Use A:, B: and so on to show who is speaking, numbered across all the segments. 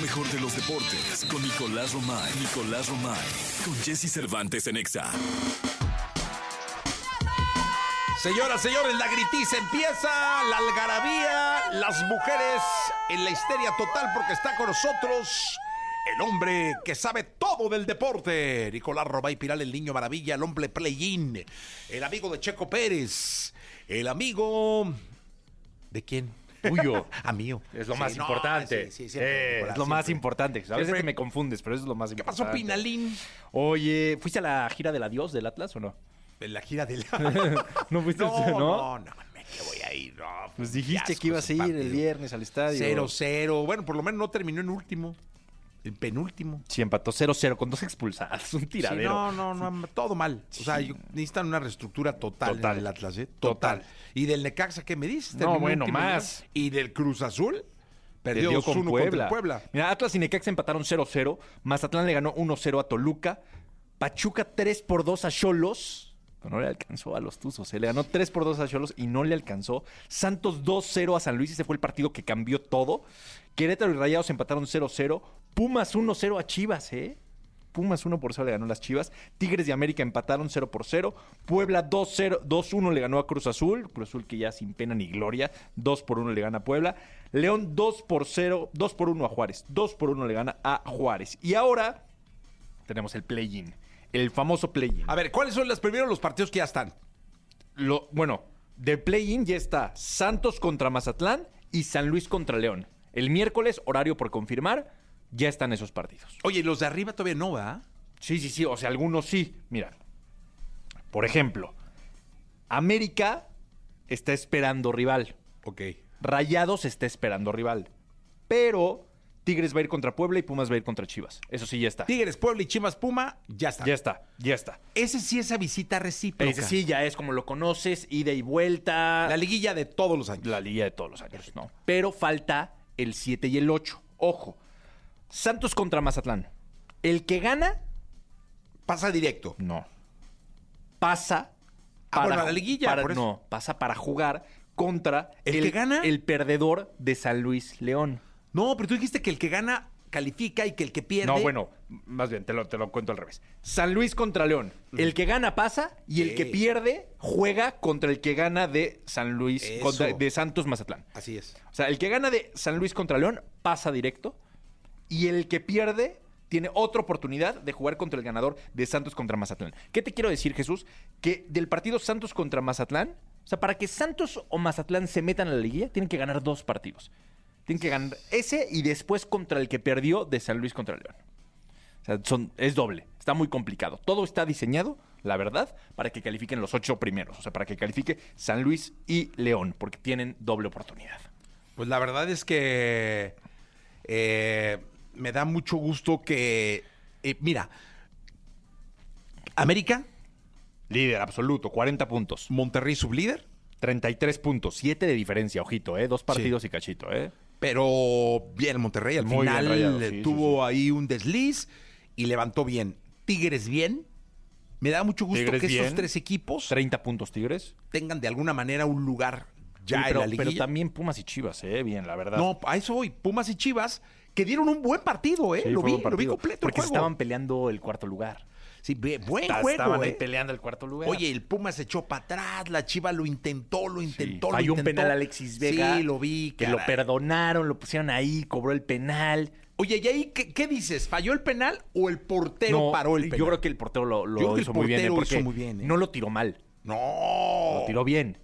A: mejor de los deportes con Nicolás Romay. Nicolás Romay. Con Jesse Cervantes en Exa.
B: Señoras, señores, la gritiza empieza, la algarabía, las mujeres en la histeria total porque está con nosotros el hombre que sabe todo del deporte, Nicolás Robay Piral, el niño maravilla, el hombre play-in, el amigo de Checo Pérez, el amigo... ¿De quién?
C: Tuyo.
B: A mío.
C: Es lo más
B: Sí, no,
C: importante.
B: sí, sí, siempre,
C: Eh,
B: Nicolás,
C: es lo más
B: siempre.
C: importante. A veces
B: Siempre.
C: te me confundes, pero eso es lo más
B: ¿Qué
C: importante.
B: pasó, Pinalín?
C: Oye, ¿fuiste a la gira del adiós del Atlas o no?
B: En la gira del...
C: ¿No fuiste?
B: no,
C: ¿no?
B: no, no, me- que voy a ir. No, fue
C: Pues
B: un
C: dijiste
B: fiasco
C: que ibas a
B: ese
C: ir el
B: partido.
C: viernes al estadio.
B: 0-0. Bueno, por lo menos no terminó en último. En penúltimo.
C: Sí, empató 0-0 con dos expulsadas. Un tiradero.
B: Sí, no, no, no, todo mal. O sea, yo- necesitan una reestructura total,
C: Total.
B: en el Atlas, ¿eh?
C: Total.
B: Total. ¿Y del Necaxa qué me dices?
C: No,
B: Terminó
C: bueno,
B: último lugar.
C: más.
B: ¿Y del Cruz Azul?
C: Perdió
B: Perdió 2-1
C: con
B: contra el
C: Puebla.
B: Puebla.
C: Mira, Atlas y Necaxa empataron 0-0. Mazatlán le ganó 1-0 a Toluca. Pachuca 3 por 2 a Cholos. No le alcanzó a los Tuzos. Se le ganó 3 por 2 a Cholos y no le alcanzó. Santos 2-0 a San Luis. Ese fue el partido que cambió todo. Querétaro y Rayados empataron 0-0. Pumas 1-0 a Chivas, ¿eh? Pumas 1 por 0 le ganó a las Chivas. Tigres de América empataron 0 por 0. Puebla 2-0, 2-1 le ganó a Cruz Azul. Cruz Azul que ya sin pena ni gloria. 2 por 1 le gana a Puebla. León 2 por 0, 2 por 1 a Juárez. 2 por 1 le gana a Juárez. Y ahora tenemos el play-in. El famoso play-in.
B: A ver, ¿cuáles son los primeros los partidos que ya están?
C: Lo- Bueno, de play-in ya está Santos contra Mazatlán y San Luis contra León. El miércoles, horario por confirmar, ya están esos partidos.
B: Oye, los de arriba todavía no, ¿verdad?
C: Sí, sí, sí. O sea, algunos sí. Mira. Por ejemplo, América está esperando rival.
B: Ok.
C: Rayados está esperando rival. Pero Tigres va a ir contra Puebla y Pumas va a ir contra Chivas. Eso sí, ya está.
B: Tigres, Puebla y Chivas Puma, ya está.
C: Ya está, ya está.
B: Ese sí, esa visita recíproca.
C: Ese sí, ya es como lo conoces, ida y vuelta.
B: La liguilla de todos los años.
C: la liga de todos los años, ¿no? Pero falta el 7 y el 8. Ojo. Santos contra Mazatlán. El que gana,
B: Pasa directo.
C: no. Pasa
B: Ah, bueno, a la liguilla,
C: para-
B: por eso.
C: No, pasa para jugar contra
B: ¿El que gana?
C: el perdedor de San Luis León.
B: No, pero tú dijiste que el que gana califica y que el que pierde.
C: No, bueno, más bien, te lo, te lo cuento al revés. San Luis contra León. El que gana pasa y el que
B: Sí.
C: pierde juega contra el que gana de San Luis,
B: Eso.
C: contra- de Santos Mazatlán.
B: Así es.
C: O sea, el que gana de San Luis contra León pasa directo y el que pierde tiene otra oportunidad de jugar contra el ganador de Santos contra Mazatlán. ¿Qué te quiero decir, Jesús? Que del partido Santos contra Mazatlán, o sea, para que Santos o Mazatlán se metan a la liguilla, tienen que ganar dos partidos. Tienen que ganar ese y después contra el que perdió de San Luis contra León. O sea, son, es doble. Está muy complicado. Todo está diseñado, la verdad, para que califiquen los ocho primeros. O sea, para que califique San Luis y León, porque tienen doble oportunidad.
B: Pues la verdad es que eh, me da mucho gusto que. eh, mira, América,
C: Líder absoluto, 40 puntos.
B: Monterrey sublíder,
C: 33 puntos, 7 de diferencia, ojito, ¿eh? Dos partidos y cachito, ¿eh?
B: pero bien, Monterrey al
C: Muy bien
B: final
C: rayado,
B: eh,
C: sí, sí,
B: tuvo ahí un desliz y levantó bien. Tigres bien. Me da mucho gusto
C: Tigres
B: que
C: bien.
B: esos tres equipos
C: 30 puntos Tigres.
B: tengan de alguna manera un lugar ya
C: Oye, pero,
B: en la
C: pero
B: liguilla.
C: también Pumas y Chivas, ¿eh? Bien, la verdad.
B: no, a eso voy. Pumas y Chivas que dieron un buen partido, ¿eh?
C: Sí,
B: lo
C: fue
B: vi,
C: buen
B: lo vi
C: partido,
B: completo. el
C: Porque se
B: juego.
C: estaban peleando el cuarto lugar.
B: Sí, bien, buen
C: Ta-
B: juego,
C: estaban ahí
B: ¿eh?
C: peleando el cuarto lugar.
B: Oye, el Puma se echó para atrás, la Chiva lo intentó, lo intentó. lo
C: Hay un
B: intentó.
C: penal a Alexis Vega.
B: Sí, lo vi.
C: que lo
B: caray.
C: perdonaron, lo pusieron ahí, cobró el penal.
B: Oye, ¿y ahí qué, qué dices? ¿Falló el penal o el portero
C: No,
B: paró el penal?
C: Yo creo que el portero lo, lo
B: Yo creo que el
C: hizo, muy bien, ¿eh?
B: portero
C: Porque
B: hizo muy bien, ¿eh?
C: No lo tiró mal.
B: ¡No!
C: Lo tiró bien.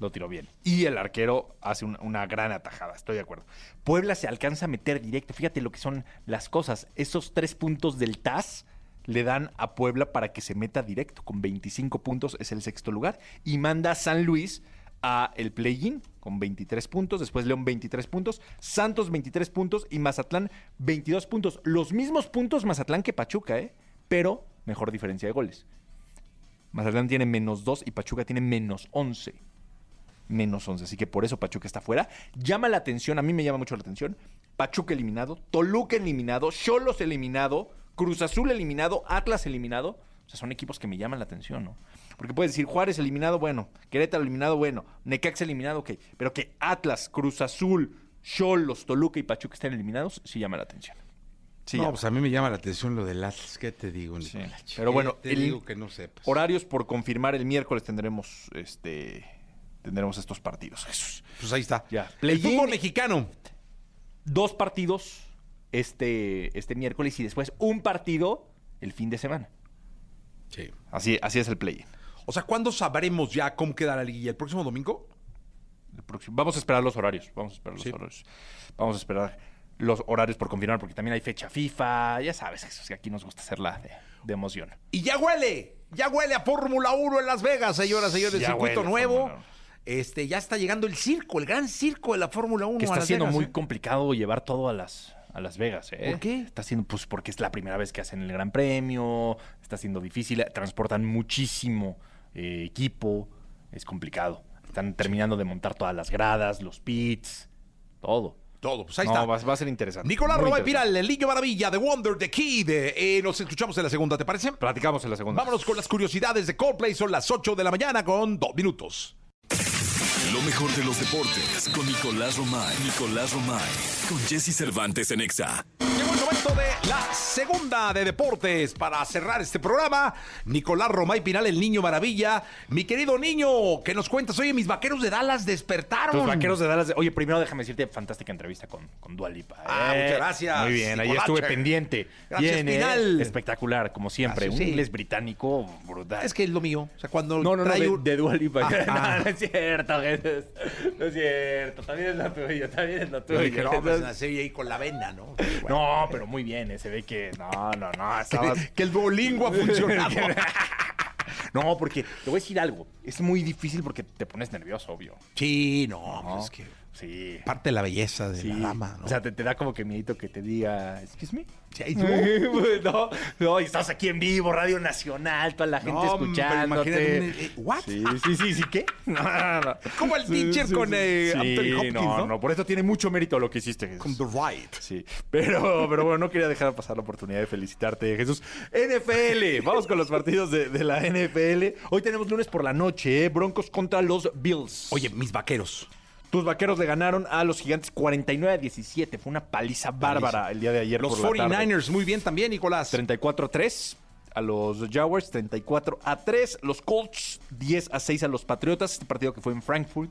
C: Lo tiró bien. Y el arquero hace un- una gran atajada, estoy de acuerdo. Puebla se alcanza a meter directo. Fíjate lo que son las cosas. Esos tres puntos del TAS le dan a Puebla para que se meta directo. Con 25 puntos es el sexto lugar. Y manda a San Luis a el play-in con 23 puntos. Después León 23 puntos. Santos 23 puntos. Y Mazatlán 22 puntos. Los mismos puntos Mazatlán que Pachuca, ¿eh? Pero mejor diferencia de goles. Mazatlán tiene menos 2 y Pachuca tiene menos 11. Menos 11. Así que por eso Pachuca está fuera. Llama la atención, a mí me llama mucho la atención. Pachuca eliminado, Toluca eliminado, Cholos eliminado, Cruz Azul eliminado, Atlas eliminado. O sea, son equipos que me llaman la atención, ¿no? Porque puedes decir Juárez eliminado, bueno, Querétaro eliminado, bueno, Necaxa eliminado, ok. Pero que Atlas, Cruz Azul, Cholos, Toluca y Pachuca están eliminados, sí llama la atención. Sí,
D: no,
C: llama.
D: pues a mí me llama la atención lo del Atlas. ¿Qué te digo, Nicolás?
C: pero
D: ¿Qué
C: bueno,
D: Te
C: el-
D: digo que no sepas.
C: Horarios por confirmar el miércoles tendremos este tendremos estos partidos. Jesús.
D: Pues ahí está.
C: Ya.
D: El
C: Play-in.
D: fútbol mexicano.
C: Dos partidos este, este miércoles y después un partido el fin de semana.
D: Sí.
C: Así, así es el play.
B: O sea, ¿cuándo sabremos ya cómo queda la liguilla? ¿El próximo domingo?
C: El próximo- Vamos a esperar los horarios. Vamos a esperar los horarios. Vamos a esperar los horarios por confirmar, porque también hay fecha FIFA. Ya sabes, Jesús, que aquí nos gusta hacerla de, de emoción.
B: Y ya huele, ya huele a Fórmula 1 en Las Vegas, señoras, señores,
C: Ya
B: circuito
C: huele a
B: nuevo.
C: Fórmula 1.
B: Este, ya está llegando el circo, el gran circo de la Fórmula 1
C: Que
B: a
C: está
B: Las
C: siendo
B: Vegas,
C: muy
B: ¿eh?
C: complicado llevar todo a las, a las Vegas, ¿eh?
B: ¿Por qué?
C: Está siendo, pues, porque es la primera vez que hacen el Gran Premio. Está siendo difícil. Transportan muchísimo eh, equipo. Es complicado. Están terminando de montar todas las gradas, los pits, todo.
B: Todo, pues ahí
C: No,
B: está.
C: Va, va a ser interesante.
B: Nicolás
C: Muy
B: Robay
C: interesante.
B: Piral, el niño maravilla, The Wonder, The Kid. eh, eh, nos escuchamos en la segunda, ¿te parece?
C: Platicamos en la segunda.
B: Vámonos con las curiosidades de Coldplay, son las 8 de la mañana con 2 minutos.
A: Lo mejor de los deportes con Nicolás Romay. Nicolás Romay. Con Jesse Cervantes en Exa.
B: Llegó el momento de la segunda de deportes para cerrar este programa. Nicolás Romay Pinal, el niño maravilla. Mi querido niño, que nos cuentas, oye, mis vaqueros de Dallas despertaron.
C: Los vaqueros de Dallas. Oye, primero déjame decirte fantástica entrevista con, con Dua Lipa,
B: Ah,
C: ¿eh?
B: muchas gracias,
C: Muy bien, ahí
B: Nicolache.
C: estuve pendiente.
B: Gracias,
C: Bien, ¿eh?
B: Pinal.
C: Espectacular, como siempre.
B: Gracias,
C: un
B: sí.
C: inglés británico brutal.
B: Es que es lo mío. O sea, cuando
C: No, no, no,
B: trae
C: de,
B: un-
C: de Dua Lipa.
B: Ah, ah.
C: No, no es cierto, Jesús. No es cierto. También es la tuya, también es la
B: Yo
C: tuya.
B: dije, no, pues
C: Entonces-
B: nací ahí con la vena, ¿no?
C: no, pero muy bien, eh, se ve que. No, no, no. Estabas,
B: Que el duolingo ha funcionado.
C: no, porque te voy a decir algo. Es muy difícil porque te pones nervioso, obvio.
B: sí, no,
C: ¿no?
B: pues es que
C: Sí.
B: parte de la belleza de
C: Sí.
B: la dama, ¿no?
C: O sea, te, te da como que miedito que te diga, excuse me.
B: Sí, ahí tú.
C: Pues, no, no, y estás aquí en vivo, Radio Nacional, toda la gente
B: No, hombre,
C: escuchándote.
B: imagínate un, eh, ¿what?
C: Sí, sí, sí, sí, ¿qué? No, no, no.
B: Como el teacher con, eh, Anthony Hopkins,
C: no,
B: ¿no?
C: por eso tiene mucho mérito lo que hiciste, Jesús.
B: Con The Right.
C: Sí, pero, pero bueno, no quería dejar pasar la oportunidad de felicitarte, Jesús. NFL, vamos con los partidos de, de la NFL. Hoy tenemos lunes por la noche, ¿eh? Broncos contra los Bills.
B: Oye, mis vaqueros.
C: Tus vaqueros le ganaron a los gigantes 49 a 17. Fue una paliza bárbara el día de ayer.
B: Los
C: por la tarde.
B: 49ers, muy bien también, Nicolás.
C: 34 a 3. A los Jaguars 34 a 3. Los Colts 10 a 6 a los Patriotas. Este partido que fue en Frankfurt.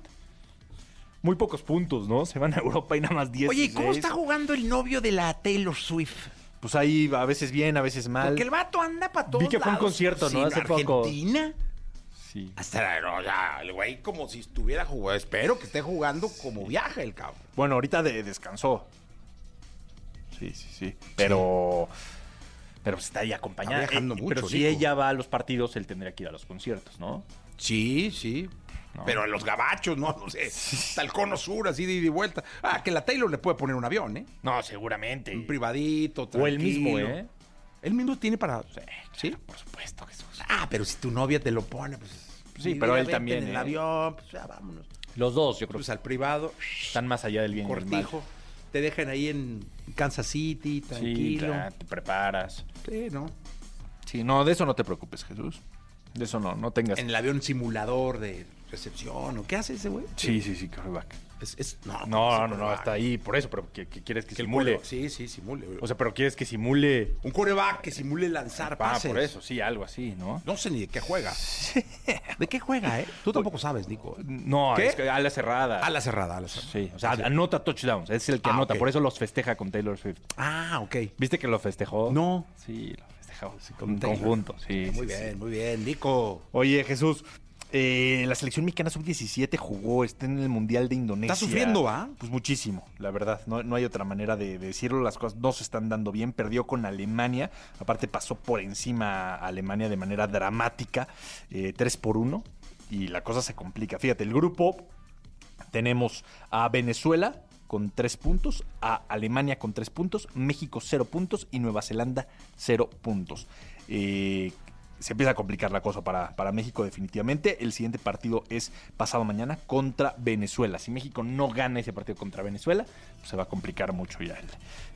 C: Muy pocos puntos, ¿no? Se van a Europa y nada más 10.
B: Oye, ¿y ¿cómo
C: 16?
B: está jugando el novio de la Taylor Swift?
C: Pues ahí a veces bien, a veces mal.
B: Porque el vato anda para todos
C: Vi que fue a un
B: lados.
C: concierto, ¿no?
B: Sí,
C: Hace poco.
B: Argentina.
C: Sí.
B: Hasta, o sea, el güey como si estuviera jugando. Espero que esté jugando como viaja el cabrón.
C: Bueno, ahorita de- descansó. Sí, sí, sí. Pero. Pero pues está ahí acompañada. Eh,
B: Está viajando mucho,
C: pero si
B: Nico.
C: ella va a los partidos, él tendría que ir a los conciertos, ¿no?
B: Sí, sí.
C: No.
B: Pero a los gabachos, no, no sé. Hasta el cono sur, así de ida y vuelta. Ah, que la Taylor le puede poner un avión, ¿eh?
C: No, seguramente.
B: Un privadito,
C: o el
B: tranquilo.
C: mismo, ¿eh?
B: Él mismo tiene para.
C: Sí, por supuesto, Jesús.
B: Ah, pero si tu novia te lo pone, pues.
C: Sí,
B: mi
C: pero
B: vida,
C: él
B: vente
C: también,
B: En el
C: ¿eh?
B: avión, pues ya vámonos.
C: Los dos, yo creo
B: Pues al privado,
C: que están más allá del bien
B: cortijo. Te dejan ahí en Kansas City,
C: y el mal. Sí,
B: tranquilo.
C: claro, te preparas.
B: Sí, ¿no?
C: Sí, no, de eso no te preocupes, Jesús. De eso no, no tengas.
B: En el avión simulador de recepción, ¿o qué hace ese güey?
C: Sí, sí, sí, quarterback.
B: Es, es- no,
C: No,
B: es
C: no, no,
B: quarterback.
C: está ahí, por eso, pero que, que quieres que,
B: Que el
C: simule.
B: quarterback- Sí, sí, simule.
C: O sea, pero quieres que simule.
B: un coreback que simule lanzar
C: Ah,
B: pases.
C: por eso, sí, algo así, ¿no?
B: No sé ni de qué juega. ¿De qué juega, eh? Tú tampoco sabes, Nico.
C: No,
B: ¿Qué?
C: es que a la cerrada.
B: A la cerrada, a la cerrada.
C: Sí, o sea, anota touchdowns, es el que
B: Ah,
C: anota,
B: ok.
C: por eso los festeja con Taylor Swift.
B: Ah, ok.
C: ¿Viste que lo festejó?
B: No.
C: Sí, lo festejó
B: con
C: en
B: Taylor.
C: conjunto, sí.
B: Muy
C: sí, sí.
B: bien, muy bien, Nico.
C: Oye, Jesús, eh, la selección mexicana sub-17 jugó, está en el Mundial de Indonesia.
B: Está sufriendo, ¿va?
C: Pues muchísimo, la verdad. No, no hay otra manera de, de decirlo. Las cosas no se están dando bien. Perdió con Alemania. Aparte pasó por encima a Alemania de manera dramática. 3 por 1. Y la cosa se complica. Fíjate, el grupo tenemos a Venezuela con 3 puntos, a Alemania con 3 puntos, México 0 puntos y Nueva Zelanda 0 puntos. Eh, se empieza a complicar la cosa para, para México definitivamente. El siguiente partido es pasado mañana contra Venezuela. Si México no gana ese partido contra Venezuela, se va a complicar mucho ya el,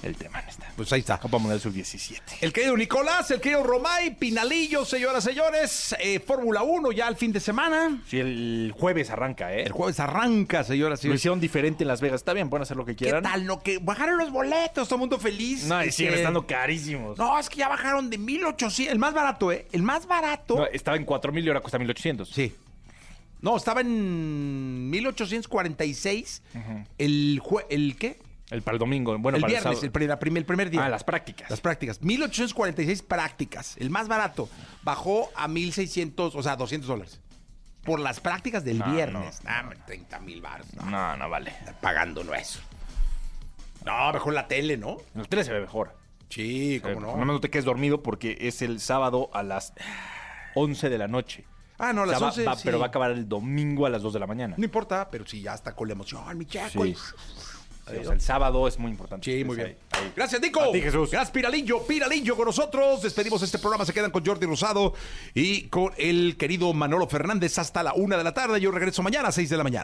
C: el tema en esta.
D: Pues ahí está.
C: Copa Mundial Sub-17.
B: El querido Nicolás, el querido Romay, Pinalillo, señoras, señores. eh, Fórmula 1 ya al fin de semana.
C: Sí, el jueves arranca, ¿eh?
D: El jueves arranca, señoras y
C: Lo
D: señores.
C: hicieron diferente en Las Vegas. Está bien, pueden hacer lo que
B: ¿Qué
C: quieran.
B: tal? No, que bajaron los boletos, todo el mundo feliz.
C: No, y
B: Es
C: siguen
B: que-
C: estando carísimos.
B: No, es que ya bajaron de 1800. El más barato, ¿eh? El más barato.
C: No,
B: No,
C: estaba en 4.000 y ahora cuesta 1.800.
D: Sí.
B: estaba en 1846. el, jue- ¿El qué?
C: El para el domingo. Bueno,
B: el
C: para el
B: viernes,
C: sábado.
B: el, pri- la prim- el primer día.
C: Ah, las prácticas.
B: Las prácticas. 1846 prácticas. El más barato. Bajó a 1600, o sea, 200 dólares. Por las prácticas del
C: No,
B: viernes. Ah, hombre, 30 mil baros. No,
C: No, no vale.
B: pagándolo eso. No, mejor la tele, ¿no?
C: El 13 se ve mejor.
B: Sí,
C: Eh, Nomás no te quedes dormido porque es el sábado a las 11 de la noche.
B: Ah, no,
C: O sea,
B: las
C: va-
B: 11,
C: va-
B: sí.
C: Pero va a acabar el domingo a las 2 de la mañana.
B: No importa, pero sí, ya está con la emoción, mi
C: Sí.
B: chaco.
C: Sí, o sea, el sábado es muy importante.
B: Sí, muy
C: Es
B: bien.
C: ahí, ahí.
B: Gracias, Nico.
C: A ti, Jesús.
B: Gracias, Piralillo. Piralillo con nosotros. Despedimos este programa. Se quedan con Jordi Rosado y con el querido Manolo Fernández hasta la una de la tarde. Yo regreso mañana a seis de la mañana.